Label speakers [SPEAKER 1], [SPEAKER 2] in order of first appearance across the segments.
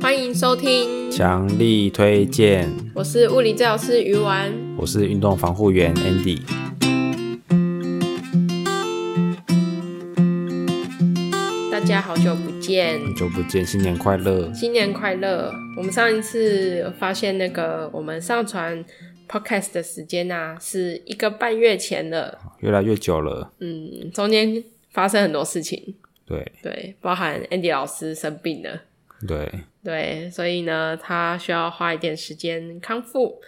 [SPEAKER 1] 欢迎收听，
[SPEAKER 2] 强力推荐，
[SPEAKER 1] 我是物理治疗师鱼丸。
[SPEAKER 2] 我是运动防护员 Andy。
[SPEAKER 1] 大家好久不见，
[SPEAKER 2] 很久不见，新年快乐！
[SPEAKER 1] 新年快乐！我们上一次有发现那个我们上传 podcast 的时间啊，是一个半月前了。
[SPEAKER 2] 越来越久了，
[SPEAKER 1] 嗯，中间发生很多事情，
[SPEAKER 2] 对
[SPEAKER 1] 对，包含 Andy 老师生病了。
[SPEAKER 2] 对，
[SPEAKER 1] 对，所以呢，他需要花一点时间康复。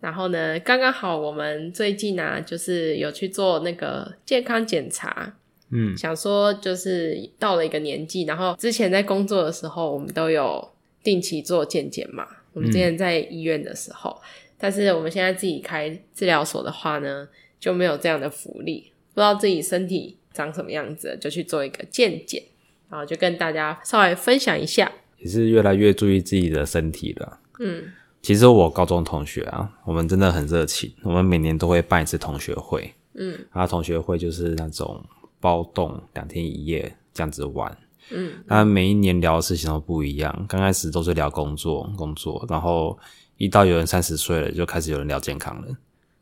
[SPEAKER 1] 然后呢，刚刚好我们最近啊，就是有去做那个健康检查，
[SPEAKER 2] 嗯，
[SPEAKER 1] 想说就是到了一个年纪，然后之前在工作的时候，我们都有定期做健检嘛。我们之前在医院的时候，但是我们现在自己开治疗所的话呢，就没有这样的福利，不知道自己身体长什么样子，就去做一个健检，然后就跟大家稍微分享一下。
[SPEAKER 2] 也是越来越注意自己的身体了。
[SPEAKER 1] 嗯，
[SPEAKER 2] 其实我高中同学啊，我们真的很热情，我们每年都会办一次同学会。
[SPEAKER 1] 嗯，
[SPEAKER 2] 啊，同学会就是那种包栋两天一夜这样子玩。
[SPEAKER 1] 嗯，
[SPEAKER 2] 那每一年聊的事情都不一样，刚开始都是聊工作，工作，然后一到有人三十岁了，就开始有人聊健康了。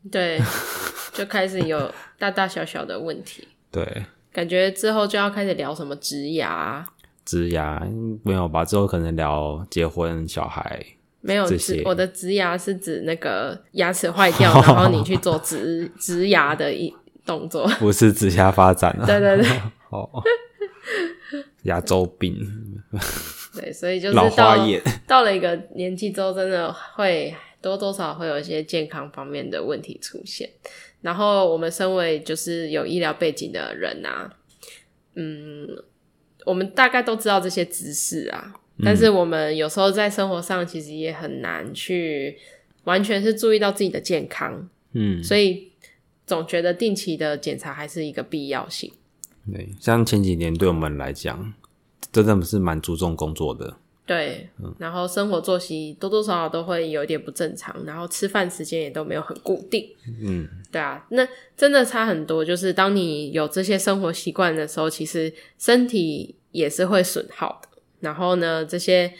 [SPEAKER 1] 对，就开始有大大小小的问题，
[SPEAKER 2] 对，
[SPEAKER 1] 感觉之后就要开始聊什么植牙啊，
[SPEAKER 2] 职涯嗯没有吧？之后可能聊结婚、小孩，
[SPEAKER 1] 没有
[SPEAKER 2] 这
[SPEAKER 1] 植
[SPEAKER 2] 些，
[SPEAKER 1] 我的植牙是指那个牙齿坏掉，然后你去做 植植牙的一动作。
[SPEAKER 2] 不是指下发展啊。
[SPEAKER 1] 对对对
[SPEAKER 2] 哦，牙周病、
[SPEAKER 1] 对，所以就是
[SPEAKER 2] 老花
[SPEAKER 1] 到
[SPEAKER 2] 眼，
[SPEAKER 1] 到了一个年纪之后，真的会多多少少会有一些健康方面的问题出现。然后我们身为就是有医疗背景的人啊，嗯，我们大概都知道这些知识啊，
[SPEAKER 2] 嗯
[SPEAKER 1] 但是我们有时候在生活上其实也很难去完全是注意到自己的健康，
[SPEAKER 2] 嗯，
[SPEAKER 1] 所以总觉得定期的检查还是一个必要性。
[SPEAKER 2] 对，像前几年对我们来讲，真的是蛮注重工作的，
[SPEAKER 1] 对，然后生活作息多多少少都会有一点不正常，然后吃饭时间也都没有很固定。
[SPEAKER 2] 嗯，
[SPEAKER 1] 对啊，那真的差很多。就是当你有这些生活习惯的时候，其实身体也是会损耗的。然后呢，这些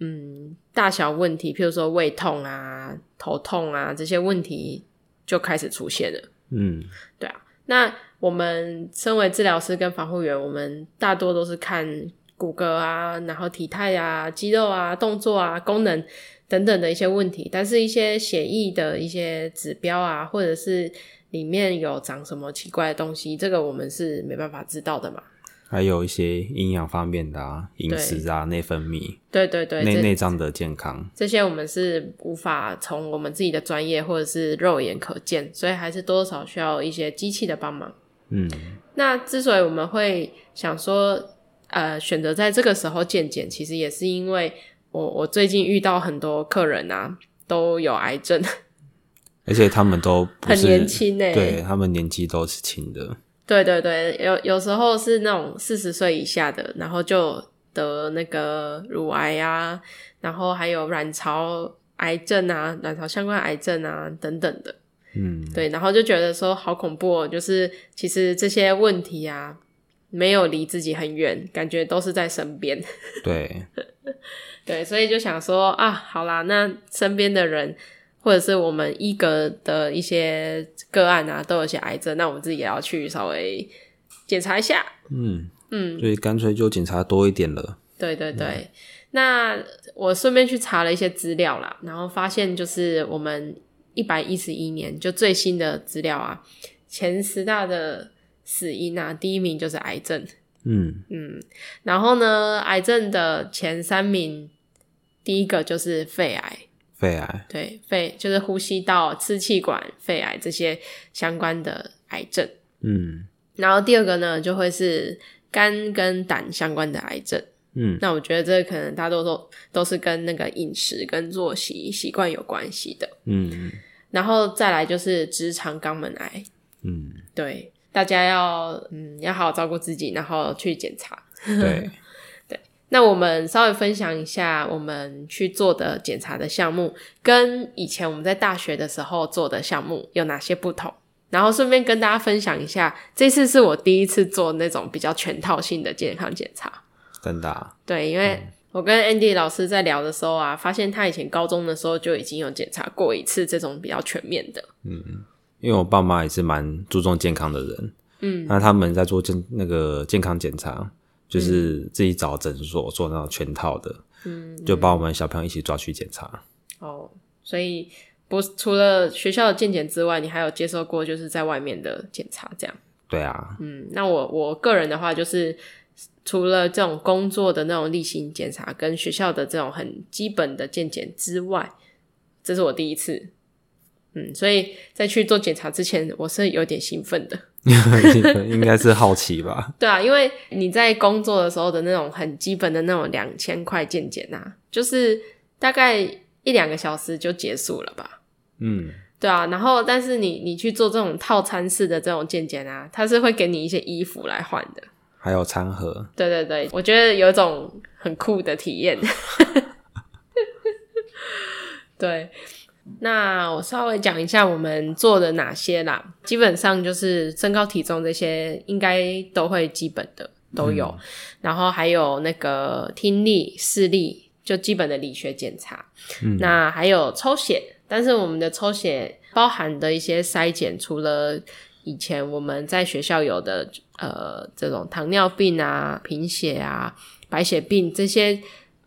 [SPEAKER 1] 嗯大小问题，譬如说胃痛啊、头痛啊这些问题就开始出现了。
[SPEAKER 2] 嗯，
[SPEAKER 1] 对啊，那我们身为治疗师跟防护员，我们大多都是看骨骼啊，然后体态啊、肌肉啊、动作啊、功能等等的一些问题，但是一些血液的一些指标啊，或者是里面有长什么奇怪的东西，这个我们是没办法知道的嘛。
[SPEAKER 2] 还有一些营养方面的啊，饮食啊、内分泌、
[SPEAKER 1] 对对对，
[SPEAKER 2] 内
[SPEAKER 1] 这
[SPEAKER 2] 内脏的健康，
[SPEAKER 1] 这些我们是无法从我们自己的专业或者是肉眼可见，所以还是多多少少需要一些机器的帮忙。
[SPEAKER 2] 嗯，
[SPEAKER 1] 那之所以我们会想说，呃，选择在这个时候健检，其实也是因为我我最近遇到很多客人啊，都有癌症，
[SPEAKER 2] 而且他们都不
[SPEAKER 1] 很
[SPEAKER 2] 是
[SPEAKER 1] 年轻呢、
[SPEAKER 2] 对他们年纪都是轻的，
[SPEAKER 1] 对对对，有有时候是那种四十岁以下的，然后就得那个乳癌啊，然后还有卵巢癌症啊、卵巢相关癌症啊等等的。
[SPEAKER 2] 嗯，
[SPEAKER 1] 对，然后就觉得说好恐怖哦，就是其实这些问题啊，没有离自己很远，感觉都是在身边。
[SPEAKER 2] 对，
[SPEAKER 1] 对，所以就想说啊，好啦，那身边的人或者是我们医格的一些个案啊，都有一些癌症，那我们自己也要去稍微检查一下。
[SPEAKER 2] 嗯，
[SPEAKER 1] 嗯，
[SPEAKER 2] 所以干脆就检查多一点了。
[SPEAKER 1] 对对对，那我顺便去查了一些资料啦，然后发现就是我们一百一十一年就最新的资料啊，前十大的死因啊，第一名就是癌症，
[SPEAKER 2] 嗯，
[SPEAKER 1] 嗯，然后呢，癌症的前三名，第一个就是肺癌，
[SPEAKER 2] 肺癌，
[SPEAKER 1] 对，肺就是呼吸道、支气管肺癌这些相关的癌症，
[SPEAKER 2] 嗯
[SPEAKER 1] 然后第二个呢就会是肝跟胆相关的癌症。
[SPEAKER 2] 嗯，
[SPEAKER 1] 那我觉得这可能大多都都是跟那个饮食跟作息习惯有关系的。
[SPEAKER 2] 嗯
[SPEAKER 1] 然后再来就是直肠肛门癌，
[SPEAKER 2] 嗯，
[SPEAKER 1] 对，大家要嗯要好好照顾自己，然后去检查。
[SPEAKER 2] 嗯 对，
[SPEAKER 1] 那我们稍微分享一下我们去做的检查的项目，跟以前我们在大学的时候做的项目有哪些不同。然后顺便跟大家分享一下，这次是我第一次做那种比较全套性的健康检查。
[SPEAKER 2] 真的啊、
[SPEAKER 1] 对，因为我跟 Andy 老师在聊的时候啊，发现他以前高中的时候就已经有检查过一次这种比较全面的。
[SPEAKER 2] 因为我爸妈也是蛮注重健康的人，
[SPEAKER 1] 嗯，
[SPEAKER 2] 那他们在做健那个健康检查，就是自己找诊所做那种全套的，
[SPEAKER 1] 嗯，
[SPEAKER 2] 就把我们小朋友一起抓去检查。
[SPEAKER 1] 哦，所以不除了学校的健检之外，你还有接受过就是在外面的检查这样。
[SPEAKER 2] 对啊，
[SPEAKER 1] 嗯，那我我个人的话，就是除了这种工作的那种例行检查跟学校的这种很基本的健检之外，这是我第一次。嗯，所以在去做检查之前，我是有点兴奋的。
[SPEAKER 2] 应该是好奇吧？
[SPEAKER 1] 对啊，因为你在工作的时候的那种很基本的那种两千块健检啊，就是大概一两个小时就结束了吧。
[SPEAKER 2] 嗯，
[SPEAKER 1] 对啊，然后但是你你去做这种套餐式的这种健检啊，它是会给你一些衣服来换的。
[SPEAKER 2] 还有餐盒，
[SPEAKER 1] 对对对，我觉得有一种很酷的体验。 对，那我稍微讲一下我们做的哪些啦，基本上就是身高、体重这些应该都会基本的都有，然后还有那个听力、视力，就基本的理学检查，
[SPEAKER 2] 嗯
[SPEAKER 1] 那还有抽血，但是我们的抽血包含的一些筛检，除了以前我们在学校有的呃这种糖尿病啊、贫血啊、白血病这些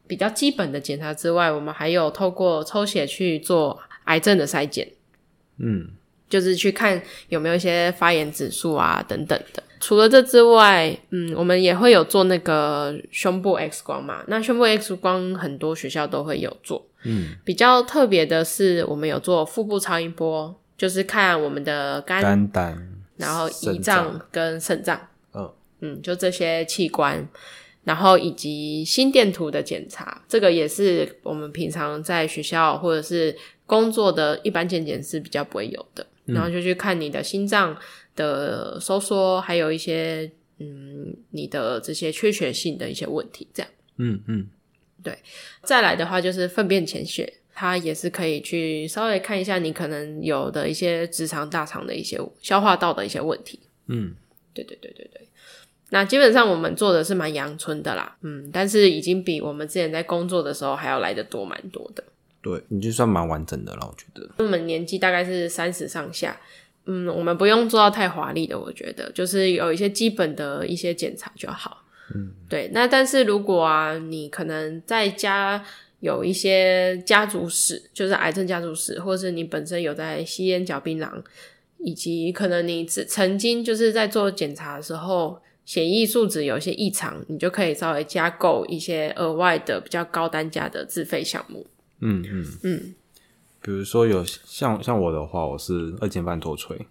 [SPEAKER 1] 比较基本的检查之外，我们还有透过抽血去做癌症的筛检，
[SPEAKER 2] 嗯，
[SPEAKER 1] 就是去看有没有一些发炎指数啊等等的。除了这之外，嗯，我们也会有做那个胸部 X 光嘛。那胸部 X 光很多学校都会有做，
[SPEAKER 2] 嗯，
[SPEAKER 1] 比较特别的是我们有做腹部超音波，就是看我们的肝
[SPEAKER 2] 肝胆，
[SPEAKER 1] 然后胰
[SPEAKER 2] 肾
[SPEAKER 1] 脏，跟肾脏，
[SPEAKER 2] 嗯
[SPEAKER 1] 嗯，就这些器官，然后以及心电图的检查，这个也是我们平常在学校或者是工作的一般健检是比较不会有的。然后就去看你的心脏的收缩，还有一些嗯你的这些缺血性的一些问题，这样。
[SPEAKER 2] 嗯嗯，
[SPEAKER 1] 再来的话就是粪便潜血，它也是可以去稍微看一下你可能有的一些直肠、大肠的一些消化道的一些问题。
[SPEAKER 2] 嗯，
[SPEAKER 1] 对对对对对。那基本上我们做的是蛮阳春的啦，嗯，但是已经比我们之前在工作的时候还要来的多蛮多的。
[SPEAKER 2] 对，你就算蛮完整的了，我觉得。
[SPEAKER 1] 我们年纪大概是三十上下，嗯，我们不用做到太华丽的，我觉得就是有一些基本的一些检查就好。
[SPEAKER 2] 嗯，
[SPEAKER 1] 对。那但是如果啊，你可能在家有一些家族史，就是癌症家族史，或是你本身有在吸烟、嚼槟榔，以及可能你只曾经就是在做检查的时候。血液数值有一些异常，你就可以稍微加购一些额外的比较高单价的自费项目。
[SPEAKER 2] 嗯嗯
[SPEAKER 1] 嗯，
[SPEAKER 2] 比如说有像像我的话，我是二尖瓣脱垂，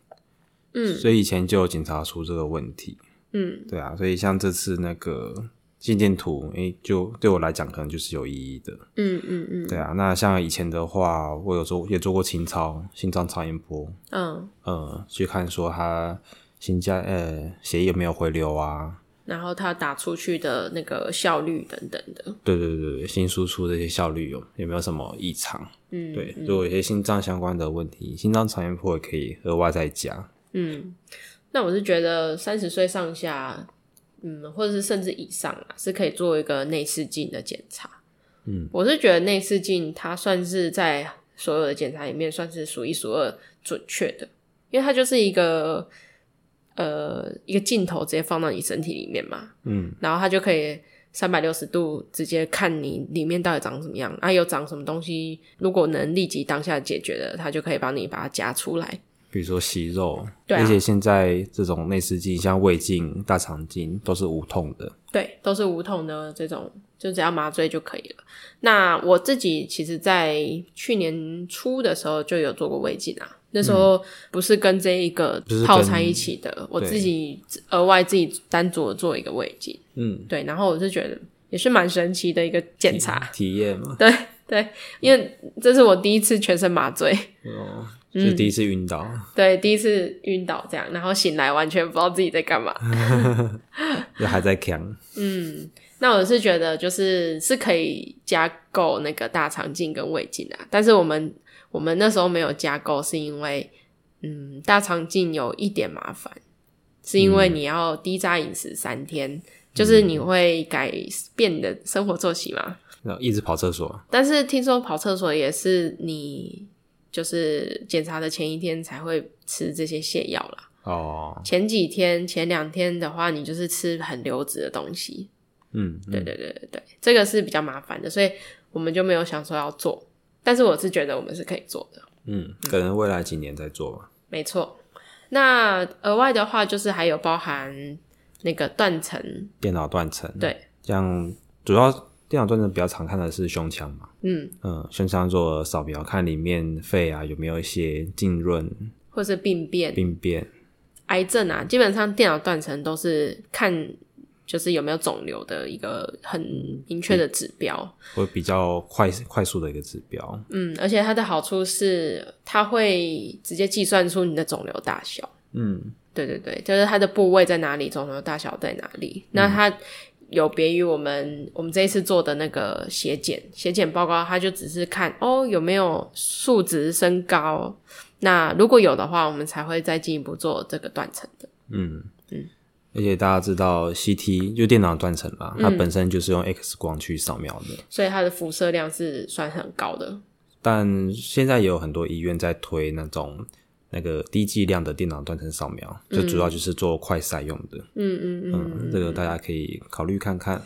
[SPEAKER 1] 嗯
[SPEAKER 2] 所以以前就有检查出这个问题。
[SPEAKER 1] 嗯
[SPEAKER 2] 对啊，所以像这次那个心电图，诶、就对我来讲可能就是有意义的。
[SPEAKER 1] 嗯嗯嗯
[SPEAKER 2] 对啊，那像以前的话，我有做也做过心超、心脏超音波，
[SPEAKER 1] 嗯，
[SPEAKER 2] 呃，去看说他心加呃血液有没有回流啊，
[SPEAKER 1] 然后它打出去的那个效率等等的，
[SPEAKER 2] 对对对对，心输出这些效率有有没有什么异常？
[SPEAKER 1] 嗯，
[SPEAKER 2] 对，如果有些心脏相关的问题，心脏超音波也可以额外再加。
[SPEAKER 1] 嗯，那我是觉得三十岁上下，嗯，或者是甚至以上啊，是可以做一个内视镜的检查。
[SPEAKER 2] 嗯，
[SPEAKER 1] 我是觉得内视镜它算是在所有的检查里面算是数一数二准确的，因为它就是一个呃一个镜头直接放到你身体里面嘛，
[SPEAKER 2] 嗯
[SPEAKER 1] 然后它就可以三百六十度直接看你里面到底长什么样，啊，有长什么东西，如果能立即当下解决的，它就可以帮你把它夹出来。
[SPEAKER 2] 比如说息肉，
[SPEAKER 1] 对啊
[SPEAKER 2] 而且现在这种内视镜，像胃镜、大肠镜都是无痛的。
[SPEAKER 1] 对，都是无痛的这种，就只要麻醉就可以了。那我自己其实，在去年初的时候就有做过胃镜啊，那时候不是跟这一个
[SPEAKER 2] 嗯就是跟
[SPEAKER 1] 套餐一起的，我
[SPEAKER 2] 对
[SPEAKER 1] 自己额外自己单独地做一个胃镜。
[SPEAKER 2] 嗯，
[SPEAKER 1] 对，然后我是觉得也是蛮神奇的一个检查。
[SPEAKER 2] 体验嘛，
[SPEAKER 1] 因为这是我第一次全身麻醉，
[SPEAKER 2] 哦，就是第一次晕倒，
[SPEAKER 1] 对，第一次晕倒这样，然后醒来完全不知道自己在干嘛。
[SPEAKER 2] 就还在扛。
[SPEAKER 1] 嗯，那我是觉得就是是可以加购那个大肠镜跟胃镜啊，但是我们我们那时候没有加购，是因为嗯大肠镜有一点麻烦，是因为你要低渣饮食三天，就是你会改变你的生活作息嘛。
[SPEAKER 2] 然后一直跑厕所，
[SPEAKER 1] 但是听说跑厕所也是你就是检查的前一天才会吃这些泻药啦。
[SPEAKER 2] 哦，
[SPEAKER 1] 前几天、前两天的话，你就是吃很流质的东西。
[SPEAKER 2] 嗯，嗯
[SPEAKER 1] 对对对对对，这个是比较麻烦的，所以我们就没有想说要做。但是我是觉得我们是可以做的，
[SPEAKER 2] 嗯，可能未来几年再做吧。
[SPEAKER 1] 没错。那额外的话，就是还有包含那个断层，
[SPEAKER 2] 电脑断层，
[SPEAKER 1] 对，
[SPEAKER 2] 像主要电脑断层比较常看的是胸腔嘛，
[SPEAKER 1] 嗯，
[SPEAKER 2] 嗯，胸腔做扫描，看里面肺啊有没有一些浸润、
[SPEAKER 1] 或是病变、
[SPEAKER 2] 病变，
[SPEAKER 1] 癌症啊，基本上电脑断层都是看就是有没有肿瘤的一个很明确
[SPEAKER 2] 嗯
[SPEAKER 1] 的指标。
[SPEAKER 2] 会比较快快速的一个指标。
[SPEAKER 1] 嗯，而且它的好处是，它会直接计算出你的肿瘤大小。
[SPEAKER 2] 嗯，
[SPEAKER 1] 对对对，就是它的部位在哪里，肿瘤大小在哪里。那它有别于我们我们这一次做的那个血检血检报告，它就只是看哦有没有数值升高。那如果有的话，我们才会再进一步做这个断层的。
[SPEAKER 2] 嗯而且大家知道 CT 就电脑断层啦，
[SPEAKER 1] 嗯
[SPEAKER 2] 它本身就是用 X 光去扫描的，
[SPEAKER 1] 所以它的辐射量是算很高的。
[SPEAKER 2] 但现在也有很多医院在推那种那个低剂量的电脑断层扫描，就主要就是做快筛用的。
[SPEAKER 1] 嗯嗯嗯。
[SPEAKER 2] 嗯，这个大家可以考虑看看。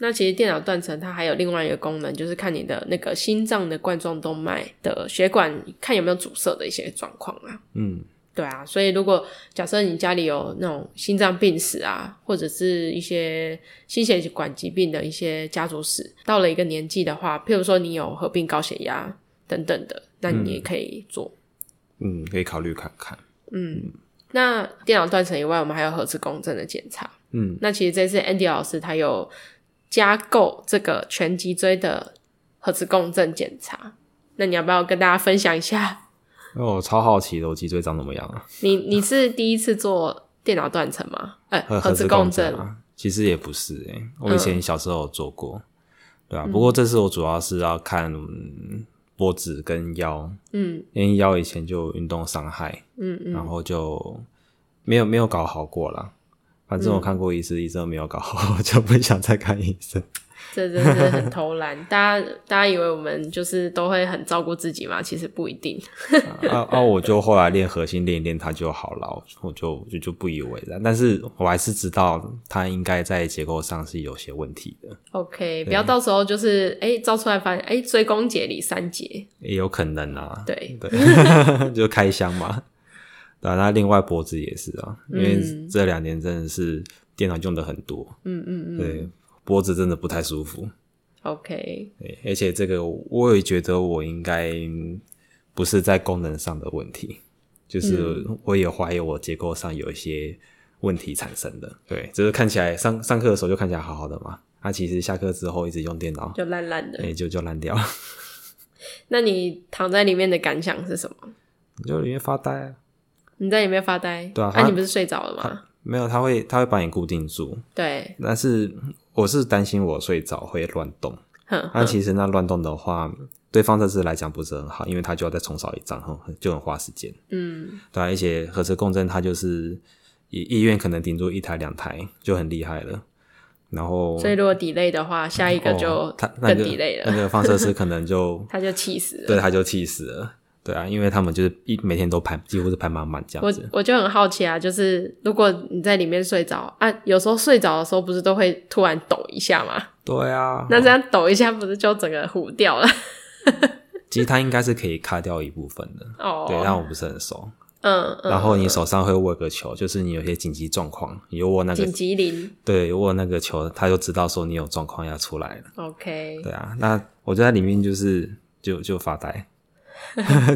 [SPEAKER 1] 那其实电脑断层它还有另外一个功能，就是看你的那个心脏的冠状动脉的血管，看有没有阻塞的一些状况啊。
[SPEAKER 2] 嗯，
[SPEAKER 1] 对啊，所以如果假设你家里有那种心脏病史啊，或者是一些心血管疾病的一些家族史，到了一个年纪的话，譬如说你有合并高血压等等的，那你也可以做。
[SPEAKER 2] 嗯，可以考虑看看。
[SPEAKER 1] 那电脑断层以外，我们还有核磁共振的检查。
[SPEAKER 2] 嗯，
[SPEAKER 1] 那其实这次 Andy 老师他有加购这个全脊椎的核磁共振检查，那你要不要跟大家分享一下？
[SPEAKER 2] 因哦为我超好奇的，我脊椎长怎么样啊？
[SPEAKER 1] 你你是第一次做电脑断层吗？呃， 核磁共振
[SPEAKER 2] 核磁啊？其实也不是诶、我以前小时候有做
[SPEAKER 1] 嗯
[SPEAKER 2] 过，对啊。不过这次我主要是要看、嗯脖子跟腰，
[SPEAKER 1] 嗯
[SPEAKER 2] 因为腰以前就有运动伤害，
[SPEAKER 1] 嗯嗯，
[SPEAKER 2] 然后就没有没有搞好过啦。反
[SPEAKER 1] 嗯
[SPEAKER 2] 正我看过一次，医生没有搞好，我 就不想再看医生。
[SPEAKER 1] 这真是很偷懒。 大家大家以为我们就是都会很照顾自己嘛？其实不一定。
[SPEAKER 2] 啊啊！我就后来练核心练一练，它就好了，我就我就就不以为然。但是我还是知道它应该在结构上是有些问题的，
[SPEAKER 1] OK，不要到时候就是哎、照出来发现哎、椎弓节里三节，
[SPEAKER 2] 也有可能啊。
[SPEAKER 1] 对，
[SPEAKER 2] 对， 就开箱嘛。对啊，那另外脖子也是啊，因为
[SPEAKER 1] 嗯
[SPEAKER 2] 这两年真的是电脑用的很多，
[SPEAKER 1] 嗯嗯嗯
[SPEAKER 2] 对，脖子真的不太舒服。
[SPEAKER 1] ，OK，
[SPEAKER 2] 对，而且这个我也觉得我应该嗯不是在功能上的问题，就是我也怀疑我结构上有一些问题产生的。对，就是看起来上上课的时候就看起来好好的嘛，那、其实下课之后一直用电脑，
[SPEAKER 1] 就烂烂的。
[SPEAKER 2] 哎、就就烂掉了，
[SPEAKER 1] 那你躺在里面的感想是什么？
[SPEAKER 2] 你就里面发呆啊。
[SPEAKER 1] 你在里面发呆？
[SPEAKER 2] 对啊
[SPEAKER 1] 那、
[SPEAKER 2] 他
[SPEAKER 1] 你不是睡着了吗？
[SPEAKER 2] 没有，它会它会把你固定住，
[SPEAKER 1] 对，
[SPEAKER 2] 但是我是担心我睡着会乱动。
[SPEAKER 1] 哼，
[SPEAKER 2] 那、其实那乱动的话，对方这次来讲不是很好，因为他就要再重扫一张，很很就很花时间。
[SPEAKER 1] 嗯，
[SPEAKER 2] 对啊、而且核磁共振它就是医医院可能顶住一台两台就很厉害了，然后
[SPEAKER 1] 所以如果 delay 的话，下一个就
[SPEAKER 2] 哦它
[SPEAKER 1] 更
[SPEAKER 2] 那个
[SPEAKER 1] delay 了，
[SPEAKER 2] 那个放射师可能就
[SPEAKER 1] 他就气死了。
[SPEAKER 2] 对他就气死了，对啊，因为他们就是一每天都排几乎是排满满这样
[SPEAKER 1] 我
[SPEAKER 2] 子，
[SPEAKER 1] 我就很好奇啊，就是如果你在里面睡着啊，有时候睡着的时候不是都会突然抖一下吗？
[SPEAKER 2] 对啊，
[SPEAKER 1] 那这样抖一下，不是就整个糊掉 了？
[SPEAKER 2] 其实它应该是可以卡掉一部分的，对，
[SPEAKER 1] 哦，
[SPEAKER 2] 但我不是很熟。
[SPEAKER 1] 嗯嗯，
[SPEAKER 2] 然后你手上会握个球，就是你有些紧急状况，你就握那个
[SPEAKER 1] 紧，急铃
[SPEAKER 2] 对，握那个球，他就知道说你有状况要出来了。
[SPEAKER 1] ，OK，
[SPEAKER 2] 对啊，那我就在里面就是就就发呆，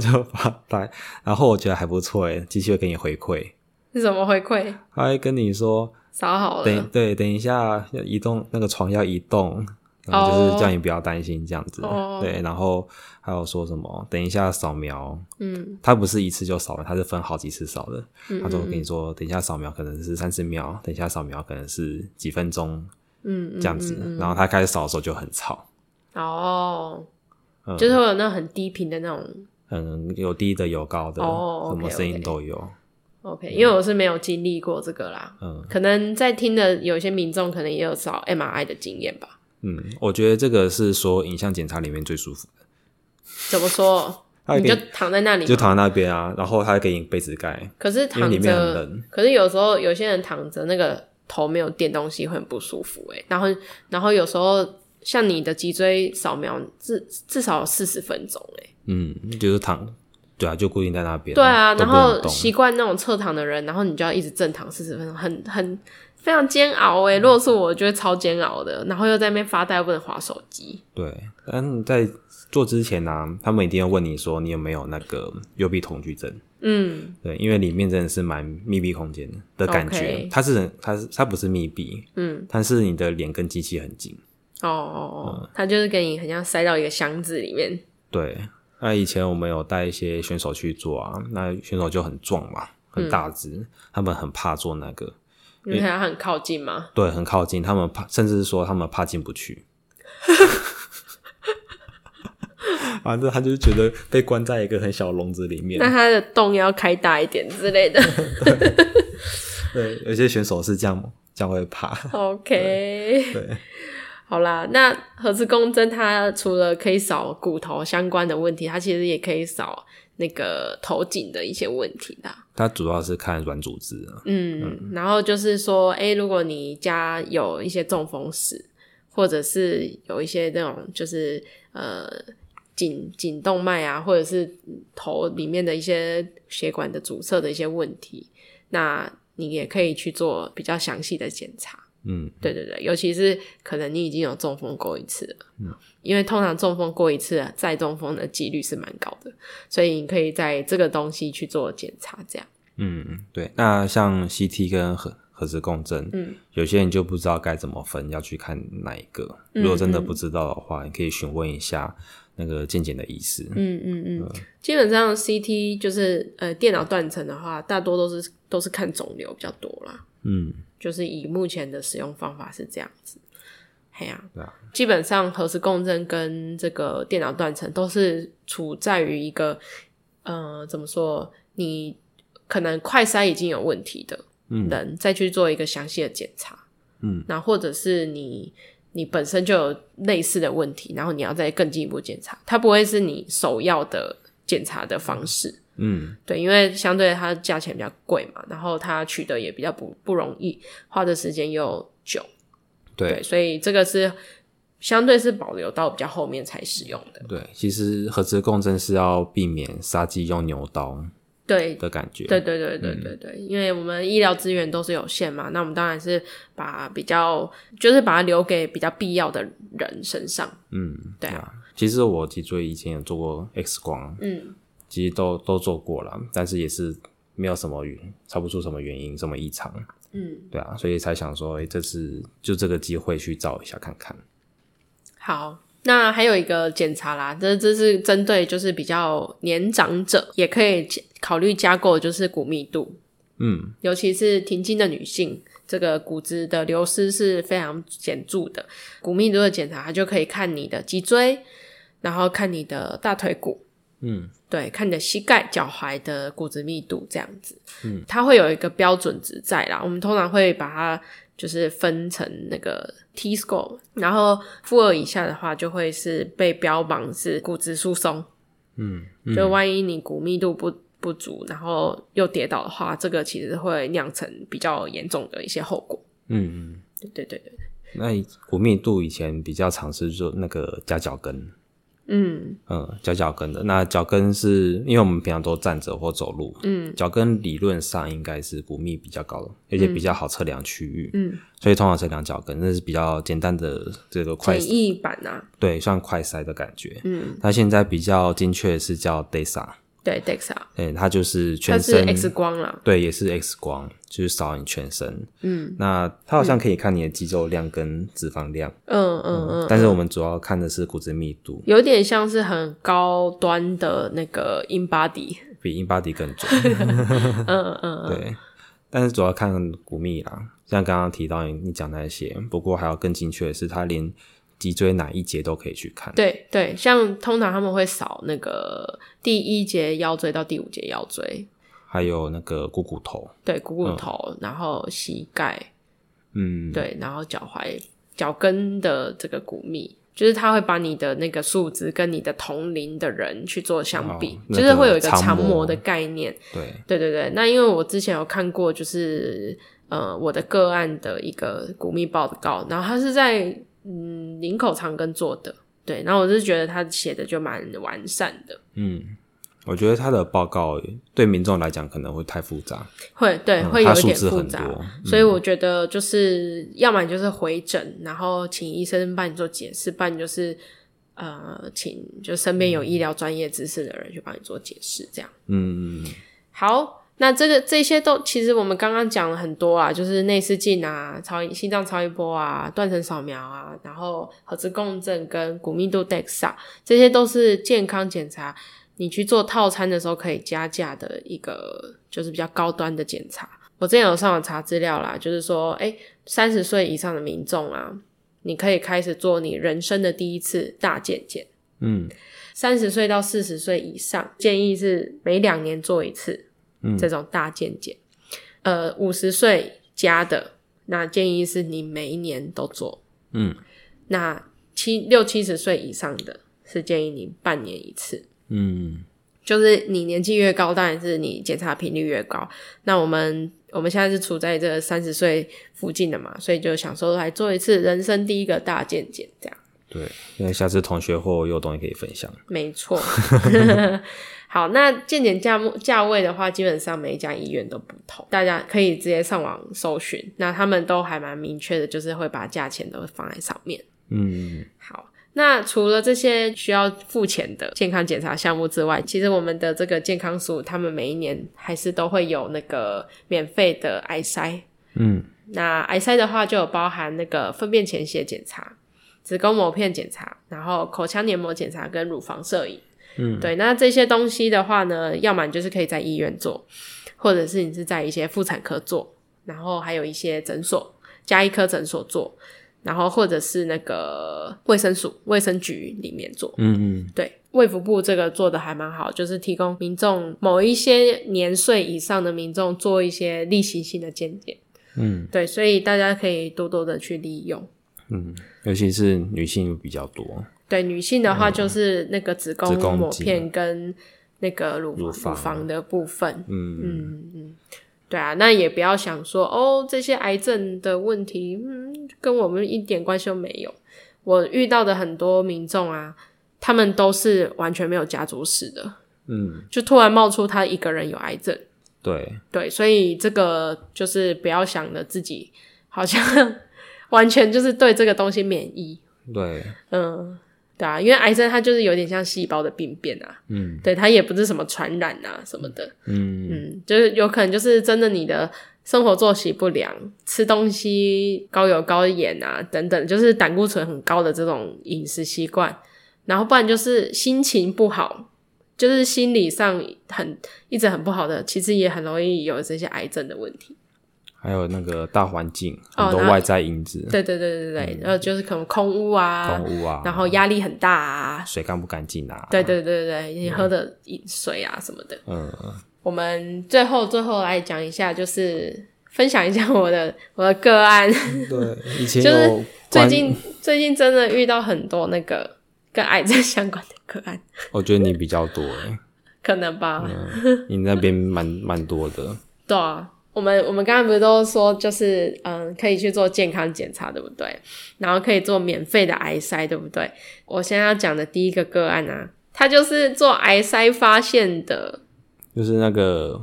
[SPEAKER 2] 就发呆。然后我觉得还不错诶，机器会给你回馈，
[SPEAKER 1] 是什么回馈？
[SPEAKER 2] 它会跟你说，
[SPEAKER 1] 扫好
[SPEAKER 2] 等
[SPEAKER 1] 了，
[SPEAKER 2] 对，等一下要移动那个床要移动，然后就是叫你不要担心这样子。
[SPEAKER 1] 哦
[SPEAKER 2] 对，然后还有说什么，等一下扫描，
[SPEAKER 1] 嗯
[SPEAKER 2] 它不是一次就扫了，它是分好几次扫的。
[SPEAKER 1] 嗯
[SPEAKER 2] 他说跟你说，等一下扫描可能是三十秒，等一下扫描可能是几分钟
[SPEAKER 1] 嗯，嗯
[SPEAKER 2] 这样子。然后他开始扫的时候就很吵。
[SPEAKER 1] 哦
[SPEAKER 2] 嗯，
[SPEAKER 1] 就是会有那种很低频的那种
[SPEAKER 2] 嗯，有低的有高的，
[SPEAKER 1] 哦
[SPEAKER 2] 什么
[SPEAKER 1] OK，OK
[SPEAKER 2] 声音都有。
[SPEAKER 1] OK，因为我是没有经历过这个啦，
[SPEAKER 2] 嗯
[SPEAKER 1] 可能在听的有些民众可能也有找 MRI 的经验吧。
[SPEAKER 2] 嗯，我觉得这个是说影像检查里面最舒服的，
[SPEAKER 1] 怎么说
[SPEAKER 2] 它？也
[SPEAKER 1] 你
[SPEAKER 2] 可以
[SPEAKER 1] 就躺在那里嘛，
[SPEAKER 2] 就躺在那边啊，然后他还给你被子盖，
[SPEAKER 1] 可是
[SPEAKER 2] 因为里
[SPEAKER 1] 躺
[SPEAKER 2] 面很
[SPEAKER 1] 着
[SPEAKER 2] 冷，
[SPEAKER 1] 可是有时候有些人躺着那个头没有垫东西会很不舒服哎、欸然后然后有时候像你的脊椎扫描至至少四十分钟哎、欸
[SPEAKER 2] 嗯，就是躺，对啊，就固定在那边，
[SPEAKER 1] 对啊，
[SPEAKER 2] 都
[SPEAKER 1] 然
[SPEAKER 2] 不能
[SPEAKER 1] 后
[SPEAKER 2] 动
[SPEAKER 1] 习惯那种侧躺的人，然后你就要一直正躺四十分钟，很很非常煎熬
[SPEAKER 2] 嗯
[SPEAKER 1] 哎、欸如果是我，我觉得超煎熬的，然后又在那边发呆，又不能划手机，
[SPEAKER 2] 对，但在做之前呢、他们一定要问你说你有没有那个幽闭恐惧症。
[SPEAKER 1] 嗯，
[SPEAKER 2] 对，因为里面真的是蛮密闭空间的的感觉
[SPEAKER 1] OK
[SPEAKER 2] 它是它是它不是密闭，
[SPEAKER 1] 嗯，
[SPEAKER 2] 但是你的脸跟机器很近。
[SPEAKER 1] 哦哦
[SPEAKER 2] 嗯
[SPEAKER 1] 哦，他就是给你很像塞到一个箱子里面，
[SPEAKER 2] 对，那以前我们有带一些选手去做啊，那选手就很壮嘛，很大只，他们很怕做那个，
[SPEAKER 1] 因为他很靠近嘛，
[SPEAKER 2] 对，很靠近，他们怕，甚至说他们怕进不去。 反正他就是觉得被关在一个很小的笼子里面
[SPEAKER 1] 那，他的洞要开大一点之类的。
[SPEAKER 2] 对，有些选手是这样这样会怕，
[SPEAKER 1] OK，
[SPEAKER 2] 对，
[SPEAKER 1] 好啦，那核磁共振它除了可以扫骨头相关的问题，它其实也可以扫那个头颈的一些问题啦。
[SPEAKER 2] 他主要是看软组织啊，
[SPEAKER 1] 嗯，然后就是说，哎、如果你家有一些中风史，或者是有一些那种就是呃颈颈动脉啊，或者是头里面的一些血管的阻塞的一些问题，那你也可以去做比较详细的检查。
[SPEAKER 2] 嗯。
[SPEAKER 1] 对对对，尤其是可能你已经有中风过一次了，因为通常中风过一次，啊再中风的几率是蛮高的，所以你可以在这个东西去做检查，这样。
[SPEAKER 2] 嗯，对。那像 CT 跟核核磁共振，
[SPEAKER 1] 嗯，
[SPEAKER 2] 有些人就不知道该怎么分，要去看哪一个。如果
[SPEAKER 1] 嗯
[SPEAKER 2] 真的不知道的话，你可以询问一下那个健检的医师。
[SPEAKER 1] 嗯嗯嗯，基本上 CT 就是呃电脑断层的话，大多都是都是看肿瘤比较多啦，
[SPEAKER 2] 嗯，
[SPEAKER 1] 就是以目前的使用方法是这样子。嘿呀、
[SPEAKER 2] 对啊
[SPEAKER 1] 基本上核磁共振跟这个电脑断层都是处在于一个，呃，怎么说？你可能快筛已经有问题的人，再去做一个详细的检查。
[SPEAKER 2] 嗯，
[SPEAKER 1] 那或者是你你本身就有类似的问题，然后你要再更进一步检查，它不会是你首要的检查的方式。
[SPEAKER 2] 嗯
[SPEAKER 1] 对，因为相对它价钱比较贵嘛，然后它取得也比较不不容易，花的时间又久，
[SPEAKER 2] 对
[SPEAKER 1] 对，所以这个是相对是保留到比较后面才使用的。
[SPEAKER 2] 对。其实核磁共振是要避免杀鸡用牛刀
[SPEAKER 1] 对，
[SPEAKER 2] 的感觉。
[SPEAKER 1] 对对对对对对，因为我们医疗资源都是有限嘛，那我们当然是把比较就是把它留给比较必要的人身上。
[SPEAKER 2] 嗯，
[SPEAKER 1] 对啊
[SPEAKER 2] 啊。其实我脊椎以前有做过 X 光，
[SPEAKER 1] 嗯，
[SPEAKER 2] 其实都都做过了，但是也是没有什么原，查不出什么原因，什么异常。
[SPEAKER 1] 嗯，
[SPEAKER 2] 对啊，所以才想说，哎、这次就这个机会去照一下看看。
[SPEAKER 1] 好，那还有一个检查啦，这这是针对就是比较年长者，也可以考虑加购就是骨密度。
[SPEAKER 2] 嗯，
[SPEAKER 1] 尤其是停经的女性，这个骨质的流失是非常显著的。骨密度的检查，它就可以看你的脊椎，然后看你的大腿骨，
[SPEAKER 2] 嗯，
[SPEAKER 1] 对，看你的膝盖、脚踝的骨质密度这样子。嗯，它会有一个标准值在啦，我们通常会把它就是分成那个 T score，然后负二以下的话，就会是被标榜是骨质疏松。嗯，就万一你骨密度不不足，然后又跌倒的话，这个其实会酿成比较严重的一些后果。
[SPEAKER 2] 嗯嗯，
[SPEAKER 1] 对对对对，
[SPEAKER 2] 那以骨密度以前比较尝试做那个夹脚跟，
[SPEAKER 1] 嗯
[SPEAKER 2] 嗯，夹脚跟的。那脚跟是因为我们平常都站着或走路，嗯，脚跟理论上应该是骨密比较高的，而且比较好测量区域，
[SPEAKER 1] 嗯，
[SPEAKER 2] 所以通常测量脚跟，那是比较简单的这个快
[SPEAKER 1] 简易版啊，
[SPEAKER 2] 对，算快筛的感觉。
[SPEAKER 1] 嗯，
[SPEAKER 2] 它现在比较精确的是叫 DEXA，
[SPEAKER 1] 对 DEXA，
[SPEAKER 2] 嗯，它就是
[SPEAKER 1] 啊它
[SPEAKER 2] 全
[SPEAKER 1] 是
[SPEAKER 2] 身
[SPEAKER 1] X 光啦，
[SPEAKER 2] 对，也是 X 光，就是扫你全身。
[SPEAKER 1] 嗯，
[SPEAKER 2] 那它好像可以看你的肌肉量跟脂肪量，
[SPEAKER 1] 嗯嗯嗯，
[SPEAKER 2] 但是我们主要看的是骨质密度，
[SPEAKER 1] 有点像是很高端的那个 in body，
[SPEAKER 2] 比 InBody 更准。
[SPEAKER 1] 嗯嗯嗯，
[SPEAKER 2] 对，但是主要看骨密啦，像刚刚提到你你讲那些，不过还要更精确的是，它连脊椎哪一节都可以去看。
[SPEAKER 1] 对对，像通常他们会扫那个第一节腰椎到第五节腰椎，
[SPEAKER 2] 还有那个股骨头，
[SPEAKER 1] 对，股骨头，然后膝盖，
[SPEAKER 2] 嗯，，
[SPEAKER 1] 对，然后脚踝、脚跟的这个骨密，就是它会把你的那个数值跟你的同龄的人去做相比，
[SPEAKER 2] 哦那
[SPEAKER 1] 就是会有一
[SPEAKER 2] 个
[SPEAKER 1] 长
[SPEAKER 2] 长
[SPEAKER 1] 模
[SPEAKER 2] 模
[SPEAKER 1] 的概念。
[SPEAKER 2] 对，
[SPEAKER 1] 对对对，那因为我之前有看过，就是呃我的个案的一个骨密报告，然后他是在嗯林口长庚做的，对，然后我是觉得他写的就蛮完善的，
[SPEAKER 2] 嗯，我觉得他的报告对民众来讲可能会太复杂，
[SPEAKER 1] 会对
[SPEAKER 2] 嗯
[SPEAKER 1] 会有
[SPEAKER 2] 它
[SPEAKER 1] 一
[SPEAKER 2] 数
[SPEAKER 1] 点
[SPEAKER 2] 字
[SPEAKER 1] 复
[SPEAKER 2] 很
[SPEAKER 1] 杂，
[SPEAKER 2] 多，嗯
[SPEAKER 1] 所以我觉得就是，要么你就是回诊，然后请医生帮你做解释，不然你就是呃，请就身边有医疗专业知识的人去帮你做解释，这样。
[SPEAKER 2] 嗯，嗯
[SPEAKER 1] 好，那这个这些都其实我们刚刚讲了很多啊，就是内视镜啊、超音心脏超音波啊、断层扫描啊，然后核磁共振跟骨密度 DEXA，、这些都是健康检查。你去做套餐的时候可以加价的一个，就是比较高端的检查。我之前有上网查资料啦，就是说，哎、三十岁以上的民众啊，你可以开始做你人生的第一次大健检。
[SPEAKER 2] 嗯
[SPEAKER 1] 三十岁到四十岁以上，建议是每两年做一次。
[SPEAKER 2] 嗯
[SPEAKER 1] 这种大健检。呃，五十岁加的，那建议是你每一年都做。
[SPEAKER 2] 嗯
[SPEAKER 1] 那七六七十岁以上的，是建议你半年一次。
[SPEAKER 2] 嗯
[SPEAKER 1] 就是你年纪越高，当然是你检查频率越高。那我们我们现在是处在这三十岁附近的嘛，所以就想说来做一次人生第一个大健检，这样。
[SPEAKER 2] 对，因为下次同学或有东西可以分享，
[SPEAKER 1] 没错。 好，那健检价目价位的话，基本上每一家医院都不同，大家可以直接上网搜寻。那他们都还蛮明确的，就是会把价钱都放在上面。
[SPEAKER 2] 嗯，
[SPEAKER 1] 好，那除了这些需要付钱的健康检查项目之外，其实我们的这个健康署，他们每一年还是都会有那个免费的癌筛。
[SPEAKER 2] 嗯
[SPEAKER 1] 那癌筛的话，就有包含那个粪便潜血检查、子宫膜片检查，然后口腔黏膜检查跟乳房摄影。
[SPEAKER 2] 嗯，
[SPEAKER 1] 对，那这些东西的话呢，要么你就是可以在医院做，或者是你是在一些妇产科做，然后还有一些诊所，加医科诊所做，然后或者是那个卫生署、卫生局里面做。
[SPEAKER 2] 嗯嗯
[SPEAKER 1] 对，卫福部这个做的还蛮好，就是提供民众某一些年岁以上的民众做一些例行性的健检。
[SPEAKER 2] 嗯
[SPEAKER 1] 对，所以大家可以多多的去利用。
[SPEAKER 2] 嗯，尤其是女性比较多，
[SPEAKER 1] 对女性的话，就是那个子宫
[SPEAKER 2] 嗯子宫
[SPEAKER 1] 膜
[SPEAKER 2] 肌啊
[SPEAKER 1] 片跟那个乳
[SPEAKER 2] 乳
[SPEAKER 1] 房
[SPEAKER 2] 房
[SPEAKER 1] 乳房的部分，
[SPEAKER 2] 嗯
[SPEAKER 1] 嗯嗯，对啊，那也不要想说哦，这些癌症的问题，嗯，跟我们一点关系都没有。我遇到的很多民众啊，他们都是完全没有家族史的，
[SPEAKER 2] 嗯，
[SPEAKER 1] 就突然冒出他一个人有癌症。
[SPEAKER 2] 对，
[SPEAKER 1] 对，所以这个就是不要想着自己好像完全就是对这个东西免疫，
[SPEAKER 2] 对，
[SPEAKER 1] 嗯，对啊，因为癌症它就是有点像细胞的病变啊，
[SPEAKER 2] 嗯
[SPEAKER 1] 对，它也不是什么传染啊什么的，
[SPEAKER 2] 嗯
[SPEAKER 1] 嗯，就是有可能就是真的你的生活作息不良，吃东西高油高盐啊等等，就是胆固醇很高的这种饮食习惯，然后不然就是心情不好，就是心理上很一直很不好的，其实也很容易有这些癌症的问题。
[SPEAKER 2] 还有那个大环境，
[SPEAKER 1] 哦
[SPEAKER 2] 很多
[SPEAKER 1] 那
[SPEAKER 2] 外在因子，
[SPEAKER 1] 对对对对对，然后就是可能空屋啊
[SPEAKER 2] 嗯空，污啊，
[SPEAKER 1] 然后压力很大啊，
[SPEAKER 2] 水干不干净啊，
[SPEAKER 1] 对，对对对，你喝的饮水啊什么的。
[SPEAKER 2] 嗯
[SPEAKER 1] 我们最后最后来讲一下，就是分享一下我的 我的个案。
[SPEAKER 2] 对，以前
[SPEAKER 1] 就是
[SPEAKER 2] 有
[SPEAKER 1] 最
[SPEAKER 2] 关
[SPEAKER 1] 近最近真的遇到很多那个跟癌症相关的个案，
[SPEAKER 2] 我觉得你比较多欸，
[SPEAKER 1] 可能吧？
[SPEAKER 2] 你那边蛮蛮多的，
[SPEAKER 1] 对啊，我们我们刚刚不是都说，就是嗯，可以去做健康检查，对不对？然后可以做免费的癌筛，对不对？我现在要讲的第一个个案啊，他就是做癌筛发现的，
[SPEAKER 2] 就是那个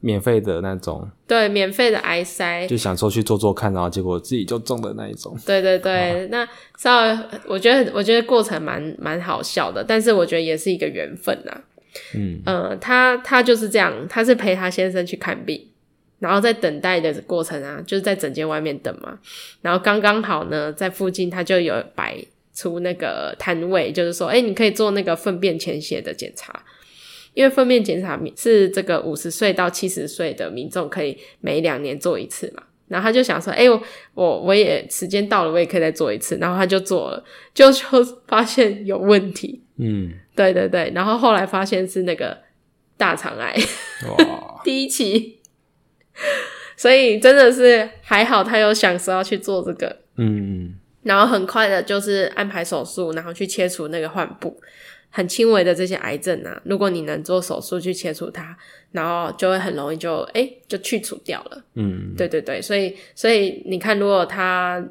[SPEAKER 2] 免费的那种，
[SPEAKER 1] 对，免费的癌筛，
[SPEAKER 2] 就想说去做做看，然后结果自己就中的那一种。
[SPEAKER 1] 对对对，那稍微我觉得我觉得过程蛮蛮好笑的，但是我觉得也是一个缘分啊。
[SPEAKER 2] 嗯
[SPEAKER 1] 呃，他他就是这样，他是陪他先生去看病，然后在等待的过程啊，就是在诊间外面等嘛，然后刚刚好呢，在附近他就有摆出那个摊位，就是说，哎、你可以做那个粪便潜血的检查。因为粪便检查是这个五十岁到七十岁的民众可以每两年做一次嘛，然后他就想说，哎、我我我也时间到了，我也可以再做一次，然后他就做了，就就发现有问题，
[SPEAKER 2] 嗯，
[SPEAKER 1] 对对对，然后后来发现是那个大肠癌
[SPEAKER 2] 哇，
[SPEAKER 1] 第一期，所以真的是还好他有想说要去做这个，
[SPEAKER 2] 嗯，
[SPEAKER 1] 然后很快的就是安排手术，然后去切除那个患部。很轻微的这些癌症啊，如果你能做手术去切除它，然后就会很容易就哎、就去除掉了。
[SPEAKER 2] 嗯，
[SPEAKER 1] 对对对，所以所以你看，如果他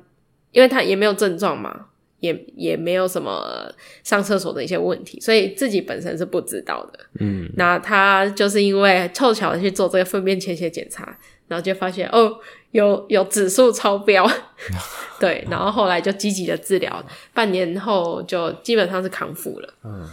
[SPEAKER 1] 因为他也没有症状嘛，也也没有什么上厕所的一些问题，所以自己本身是不知道的。
[SPEAKER 2] 嗯，
[SPEAKER 1] 那他就是因为凑巧的去做这个粪便潜血检查，然后就发现哦，有有指数超标，对，然后后来就积极的治疗，半年后就基本上是康复了。
[SPEAKER 2] 嗯，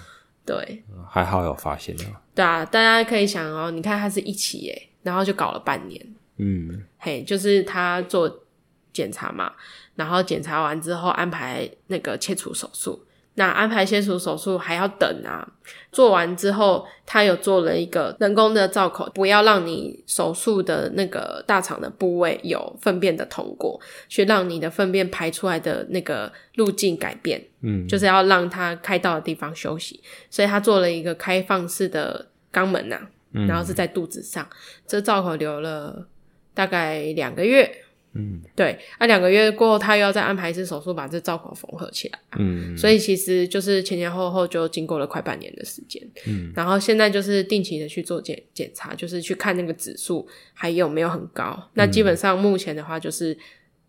[SPEAKER 1] 对，
[SPEAKER 2] 还好有发现啊，
[SPEAKER 1] 对啊，大家可以想哦，你看他是一起耶，然后就搞了半年。
[SPEAKER 2] 嗯
[SPEAKER 1] 嘿，就是他做检查嘛，然后检查完之后安排那个切除手术。那安排切除手术还要等啊，做完之后他有做了一个人工的造口，不要让你手术的那个大肠的部位有粪便的通过，去让你的粪便排出来的那个路径改变。
[SPEAKER 2] 嗯，
[SPEAKER 1] 就是要让它开到的地方休息，所以他做了一个开放式的肛门啊呐、
[SPEAKER 2] 嗯
[SPEAKER 1] 然后是在肚子上，这造口留了大概两个月，
[SPEAKER 2] 嗯
[SPEAKER 1] 对，啊，两个月过后他又要再安排一次手术把这造口缝合起来，啊
[SPEAKER 2] 嗯，
[SPEAKER 1] 所以其实就是前前后后就经过了快半年的时间，
[SPEAKER 2] 嗯，
[SPEAKER 1] 然后现在就是定期的去做检检查，就是去看那个指数还有没有很高，那基
[SPEAKER 2] 嗯
[SPEAKER 1] 本上目前的话就是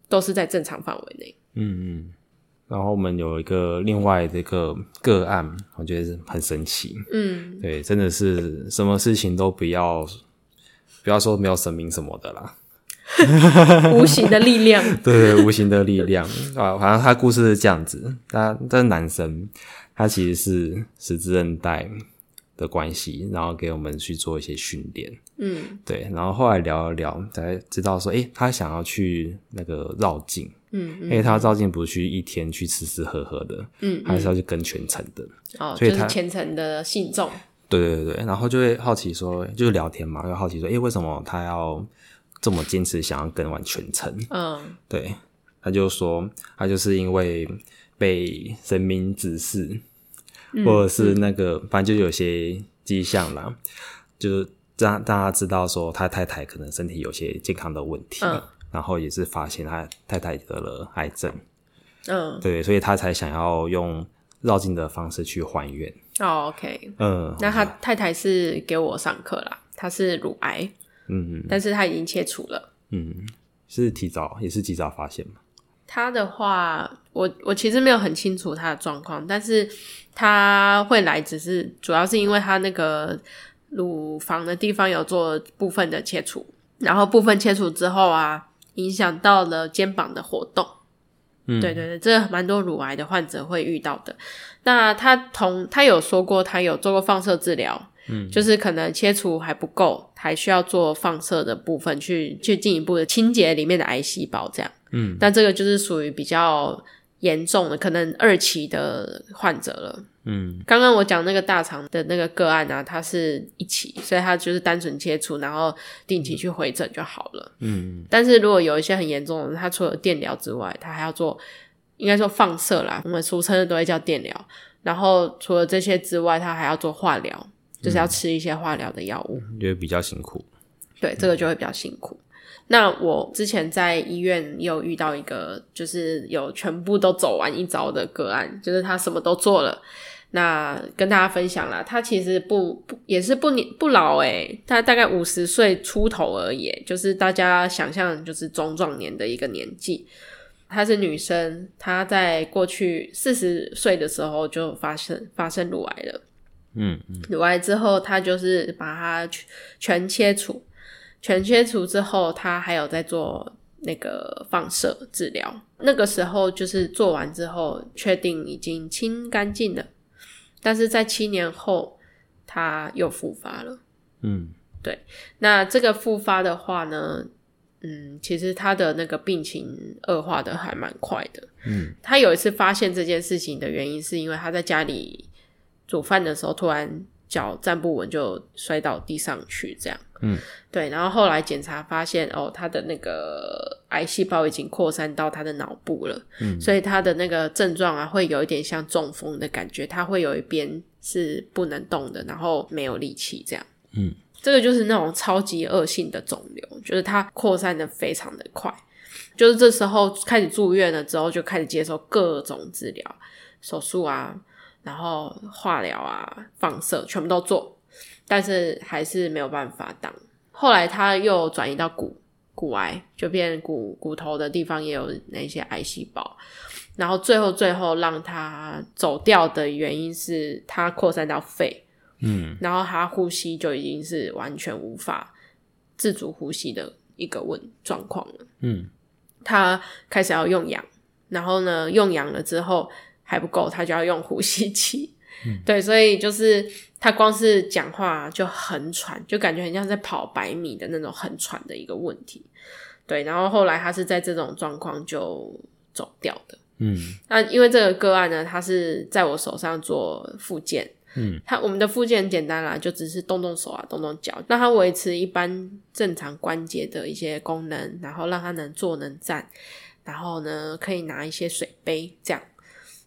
[SPEAKER 1] 都是在正常范围 内，
[SPEAKER 2] 嗯嗯，然后我们有一个另外这个个案，我觉得是很神奇，
[SPEAKER 1] 嗯，
[SPEAKER 2] 对，真的是什么事情都不要不要说没有神明什么的啦，
[SPEAKER 1] 无形的力量，
[SPEAKER 2] 对对，无形的力量啊，反正他故事是这样子，他这男生他其实是十字韧带的关系，然后给我们去做一些训练，
[SPEAKER 1] 嗯
[SPEAKER 2] 对，然后后来聊一聊才知道说，诶，他想要去那个绕境，
[SPEAKER 1] 嗯嗯
[SPEAKER 2] 因为他绕境不是去一天去吃吃喝喝的，
[SPEAKER 1] 嗯，
[SPEAKER 2] 他是要去跟全程的，
[SPEAKER 1] 哦，
[SPEAKER 2] 所以
[SPEAKER 1] 就是
[SPEAKER 2] 他
[SPEAKER 1] 虔诚的信众，
[SPEAKER 2] 对对对，对然后就会好奇说，就是聊天嘛，就好奇说，诶，为什么他要这么坚持想要跟完全程？
[SPEAKER 1] 嗯
[SPEAKER 2] 对，他就说他就是因为被神明指示，
[SPEAKER 1] 嗯
[SPEAKER 2] 或者是那个，反正就有些迹象啦，就是让让他知道说他太太可能身体有些健康的问题，
[SPEAKER 1] 嗯
[SPEAKER 2] 然后也是发现他太太得了癌症，
[SPEAKER 1] 嗯，
[SPEAKER 2] 对，所以他才想要用绕境的方式去还原。
[SPEAKER 1] 哦，OK，
[SPEAKER 2] 嗯
[SPEAKER 1] 那他太太是给我上课啦，她是乳癌，
[SPEAKER 2] 嗯
[SPEAKER 1] 但是她已经切除了。
[SPEAKER 2] 嗯，是提早也是及早发现嘛？
[SPEAKER 1] 她的话，我我其实没有很清楚她的状况，但是她会来，只是主要是因为她那个乳房的地方有做部分的切除，然后部分切除之后啊，影响到了肩膀的活动。
[SPEAKER 2] 嗯，
[SPEAKER 1] 对对对，这蛮多乳癌的患者会遇到的。那他同他有说过，他有做过放射治疗，嗯，就是可能切除还不够，还需要做放射的部分去去进一步的清洁里面的癌细胞，这样，
[SPEAKER 2] 嗯，
[SPEAKER 1] 但这个就是属于比较严重的，可能二期的患者了。
[SPEAKER 2] 嗯
[SPEAKER 1] 刚刚我讲那个大肠的那个个案啊，它是一起，所以它就是单纯切除，然后定期去回诊就好了。
[SPEAKER 2] 嗯
[SPEAKER 1] 但是如果有一些很严重的，它除了电疗之外，它还要做，应该说放射啦，我们俗称的都会叫电疗。然后除了这些之外，它还要做化疗，就是要吃一些化疗的药物。
[SPEAKER 2] 嗯，觉得比较辛苦。
[SPEAKER 1] 对，这个就会比较辛苦。那我之前在医院也有遇到一个，就是有全部都走完一招的个案，就是他什么都做了。那跟大家分享啦，他其实不不也是不年不老诶、他大概五十岁出头而已欸、就是大家想象就是中壮年的一个年纪。她是女生，她在过去四十岁的时候就发生发生乳癌了。
[SPEAKER 2] 嗯嗯
[SPEAKER 1] 乳癌之后，他就是把它全全切除，全切除之后，他还有在做那个放射治疗。那个时候就是做完之后，确定已经清干净了，但是在七年后，他又复发了。
[SPEAKER 2] 嗯
[SPEAKER 1] 那这个复发的话呢，嗯，其实他的那个病情恶化的还蛮快的。
[SPEAKER 2] 嗯，
[SPEAKER 1] 他有一次发现这件事情的原因，是因为他在家里煮饭的时候，突然脚站不稳，就摔到地上去，这样。
[SPEAKER 2] 嗯，
[SPEAKER 1] 对。然后后来检查发现，哦，他的那个癌细胞已经扩散到他的脑部了。
[SPEAKER 2] 嗯
[SPEAKER 1] 所以他的那个症状啊，会有一点像中风的感觉，他会有一边是不能动的，然后没有力气这样。
[SPEAKER 2] 嗯，
[SPEAKER 1] 这个就是那种超级恶性的肿瘤，就是它扩散的非常的快。就是这时候开始住院了之后，就开始接受各种治疗、手术啊，然后化疗啊、放射，全部都做，但是还是没有办法挡。后来他又转移到骨骨癌，就变骨骨头的地方也有那些癌细胞。然后最后最后让他走掉的原因是他扩散到肺，
[SPEAKER 2] 嗯
[SPEAKER 1] 然后他呼吸就已经是完全无法自主呼吸的一个问状况了。
[SPEAKER 2] 嗯
[SPEAKER 1] 他开始要用氧，然后呢，用氧了之后还不够，他就要用呼吸器。 对，所以就是他光是讲话就很喘，就感觉很像在跑百米的那种很喘的一个问题。对，然后后来他是在这种状况就走掉的。
[SPEAKER 2] 嗯
[SPEAKER 1] 那因为这个个案呢，他是在我手上做复健，
[SPEAKER 2] 嗯，
[SPEAKER 1] 他我们的复健很简单啦，就只是动动手啊，动动脚，让他维持一般正常关节的一些功能，然后让他能坐能站，然后呢可以拿一些水杯这样，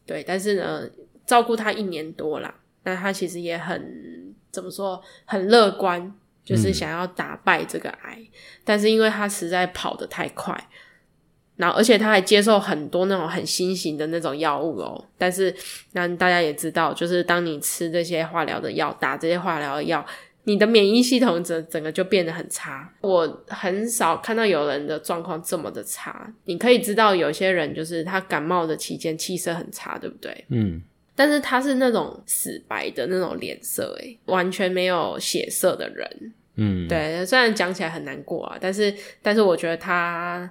[SPEAKER 1] 对，但是呢照顾他一年多啦，那他其实也很怎么说，很乐观，就是想要打败这个癌，但是因为他实在跑得太快，然后而且他还接受很多那种很新型的那种药物哦。但是那大家也知道，就是当你吃这些化疗的药、打这些化疗的药，你的免疫系统整整个就变得很差。我很少看到有人的状况这么的差。你可以知道，有些人就是他感冒的期间气色很差，对不对？
[SPEAKER 2] 嗯
[SPEAKER 1] 但是他是那种死白的那种脸色，诶，完全没有血色的人。
[SPEAKER 2] 嗯，，
[SPEAKER 1] 对，虽然讲起来很难过啊，但是但是我觉得他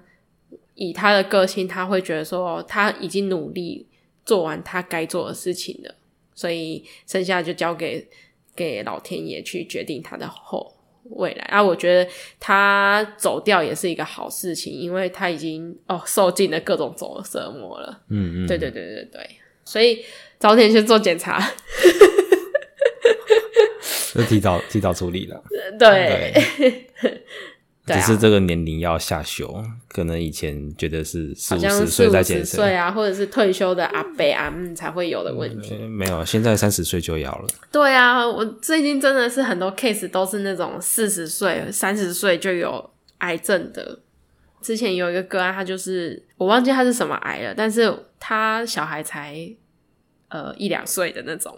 [SPEAKER 1] 以他的个性，他会觉得说哦他已经努力做完他该做的事情了，所以剩下就交给给老天爷去决定他的后未来。啊，我觉得他走掉也是一个好事情，因为他已经哦受尽了各种折折磨了。
[SPEAKER 2] 嗯嗯，
[SPEAKER 1] 对对对对对，所以早点去做检查，
[SPEAKER 2] 就提早提早处理了。
[SPEAKER 1] 对，对
[SPEAKER 2] 只
[SPEAKER 1] 啊
[SPEAKER 2] 是这个年龄要下修，可能以前觉得是四
[SPEAKER 1] 好
[SPEAKER 2] 五
[SPEAKER 1] 像
[SPEAKER 2] 十
[SPEAKER 1] 四
[SPEAKER 2] 岁
[SPEAKER 1] 五
[SPEAKER 2] 再健
[SPEAKER 1] 十
[SPEAKER 2] 身
[SPEAKER 1] 岁，啊，或者是退休的阿伯阿姆才会有的问题。
[SPEAKER 2] 呃没有，现在三十岁就要了。
[SPEAKER 1] 对啊，我最近真的是很多 case 都是那种四十岁、三十岁就有癌症的。之前有一个个案，他就是我忘记他是什么癌了，但是他小孩才呃一两岁的那种。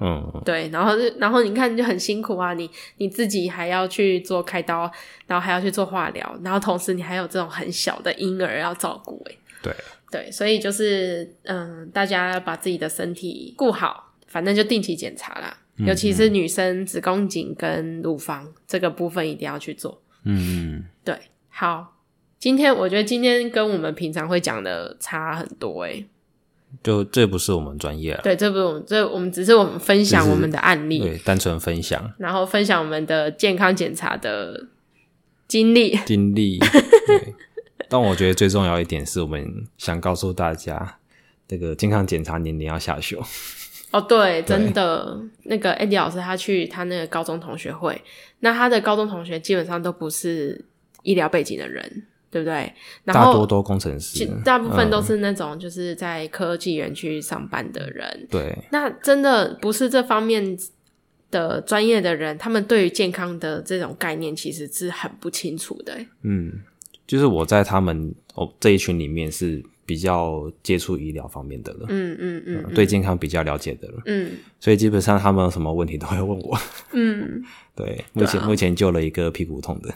[SPEAKER 2] 嗯
[SPEAKER 1] 对，然后就然后你看就很辛苦啊，你你自己还要去做开刀，然后还要去做化疗，然后同时你还有这种很小的婴儿要照顾、欸，
[SPEAKER 2] 对
[SPEAKER 1] 对，所以就是嗯，大家把自己的身体顾好，反正就定期检查啦。
[SPEAKER 2] 嗯
[SPEAKER 1] 尤其是女生子宫颈跟乳房这个部分一定要去做。
[SPEAKER 2] 嗯嗯，
[SPEAKER 1] 对，好，今天我觉得今天跟我们平常会讲的差很多诶、
[SPEAKER 2] 就这不是我们专业了，
[SPEAKER 1] 对，这不是我们这我们只是我们分享
[SPEAKER 2] 只是嗯
[SPEAKER 1] 我们的案例，
[SPEAKER 2] 对，单纯分享
[SPEAKER 1] 然后分享我们的健康检查的经历。
[SPEAKER 2] 经历。对，但我觉得最重要一点是我们想告诉大家，这个健康检查年龄要下修。
[SPEAKER 1] 哦，对，真的，那个 Andy 老师他去他那个高中同学会，那他的高中同学基本上都不是医疗背景的人，对不对？然
[SPEAKER 2] 大多
[SPEAKER 1] 后
[SPEAKER 2] 都工程师
[SPEAKER 1] 其，大部分都
[SPEAKER 2] 嗯
[SPEAKER 1] 是那种就是在科技园区上班的人，
[SPEAKER 2] 对，
[SPEAKER 1] 那真的不是这方面的专业的人，他们对于健康的这种概念其实是很不清楚的。
[SPEAKER 2] 嗯，就是我在他们哦这一群里面是比较接触医疗方面的了，
[SPEAKER 1] 嗯嗯嗯，
[SPEAKER 2] 对健康比较了解的了，
[SPEAKER 1] 嗯
[SPEAKER 2] 所以基本上他们有什么问题都会问我。
[SPEAKER 1] 嗯，
[SPEAKER 2] 对，啊目前、目前救了一个屁股痛的，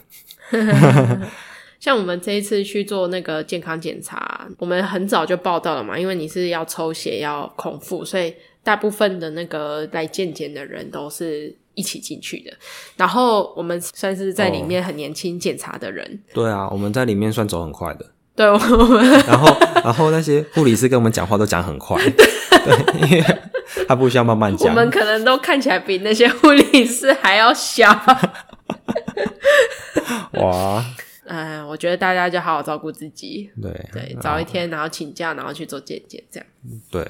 [SPEAKER 1] 像我们这一次去做那个健康检查，我们很早就报道了嘛，因为你是要抽血要空腹，所以大部分的那个来健检的人都是一起进去的。然后我们算是在里面很年轻检查的人，
[SPEAKER 2] 对啊，我们在里面算走很 快的，
[SPEAKER 1] 对我们
[SPEAKER 2] 然后然后那些护理师跟我们讲话都讲 很快，对，因为他不需要慢 慢
[SPEAKER 1] 我
[SPEAKER 2] 讲，
[SPEAKER 1] 们可能都看起来比那些护理师还要小。
[SPEAKER 2] 哇，
[SPEAKER 1] 嗯，我觉得大家就好好照顾自己，
[SPEAKER 2] 对
[SPEAKER 1] 对，早一天然后请假，然后去做健检这样。
[SPEAKER 2] 对，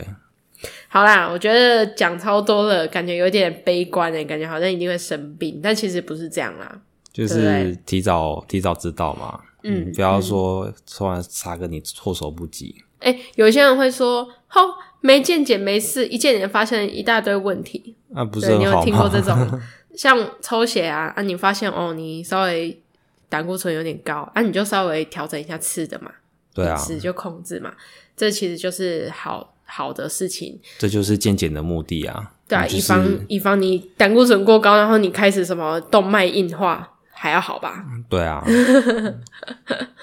[SPEAKER 1] 好啦，我觉得讲超多了，感觉有点悲观诶、感觉好像一定会生病，但其实不是这样啦。
[SPEAKER 2] 就
[SPEAKER 1] 对
[SPEAKER 2] 是提早提早知道嘛，
[SPEAKER 1] 嗯
[SPEAKER 2] 不要说突然杀个你措手不及，
[SPEAKER 1] 哎、有些人会说，哦吼、没健检没事，一健检发现一大堆问题，
[SPEAKER 2] 啊那、不是
[SPEAKER 1] 对，你
[SPEAKER 2] 很
[SPEAKER 1] 有
[SPEAKER 2] 好
[SPEAKER 1] 听过这
[SPEAKER 2] 吗？
[SPEAKER 1] 种？像抽血啊，啊，你发现哦，你稍微胆固醇有点高，啊，你就稍微调整一下吃的嘛，
[SPEAKER 2] 对啊
[SPEAKER 1] 饮，食就控制嘛，这其实就是好好的事情。
[SPEAKER 2] 这就是健检的目的啊。
[SPEAKER 1] 对啊，
[SPEAKER 2] 你就
[SPEAKER 1] 以
[SPEAKER 2] 是
[SPEAKER 1] 防以防你胆固醇过高，然后你开始什么动脉硬化，还要好吧？
[SPEAKER 2] 对啊，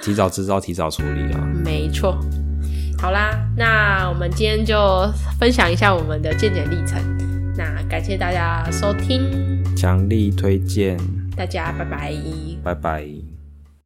[SPEAKER 2] 提早知道，提早处理啊。
[SPEAKER 1] 没错。好啦，那我们今天就分享一下我们的健检历程。那感谢大家收听，
[SPEAKER 2] 强力推荐，
[SPEAKER 1] 大家拜拜。
[SPEAKER 2] 拜拜。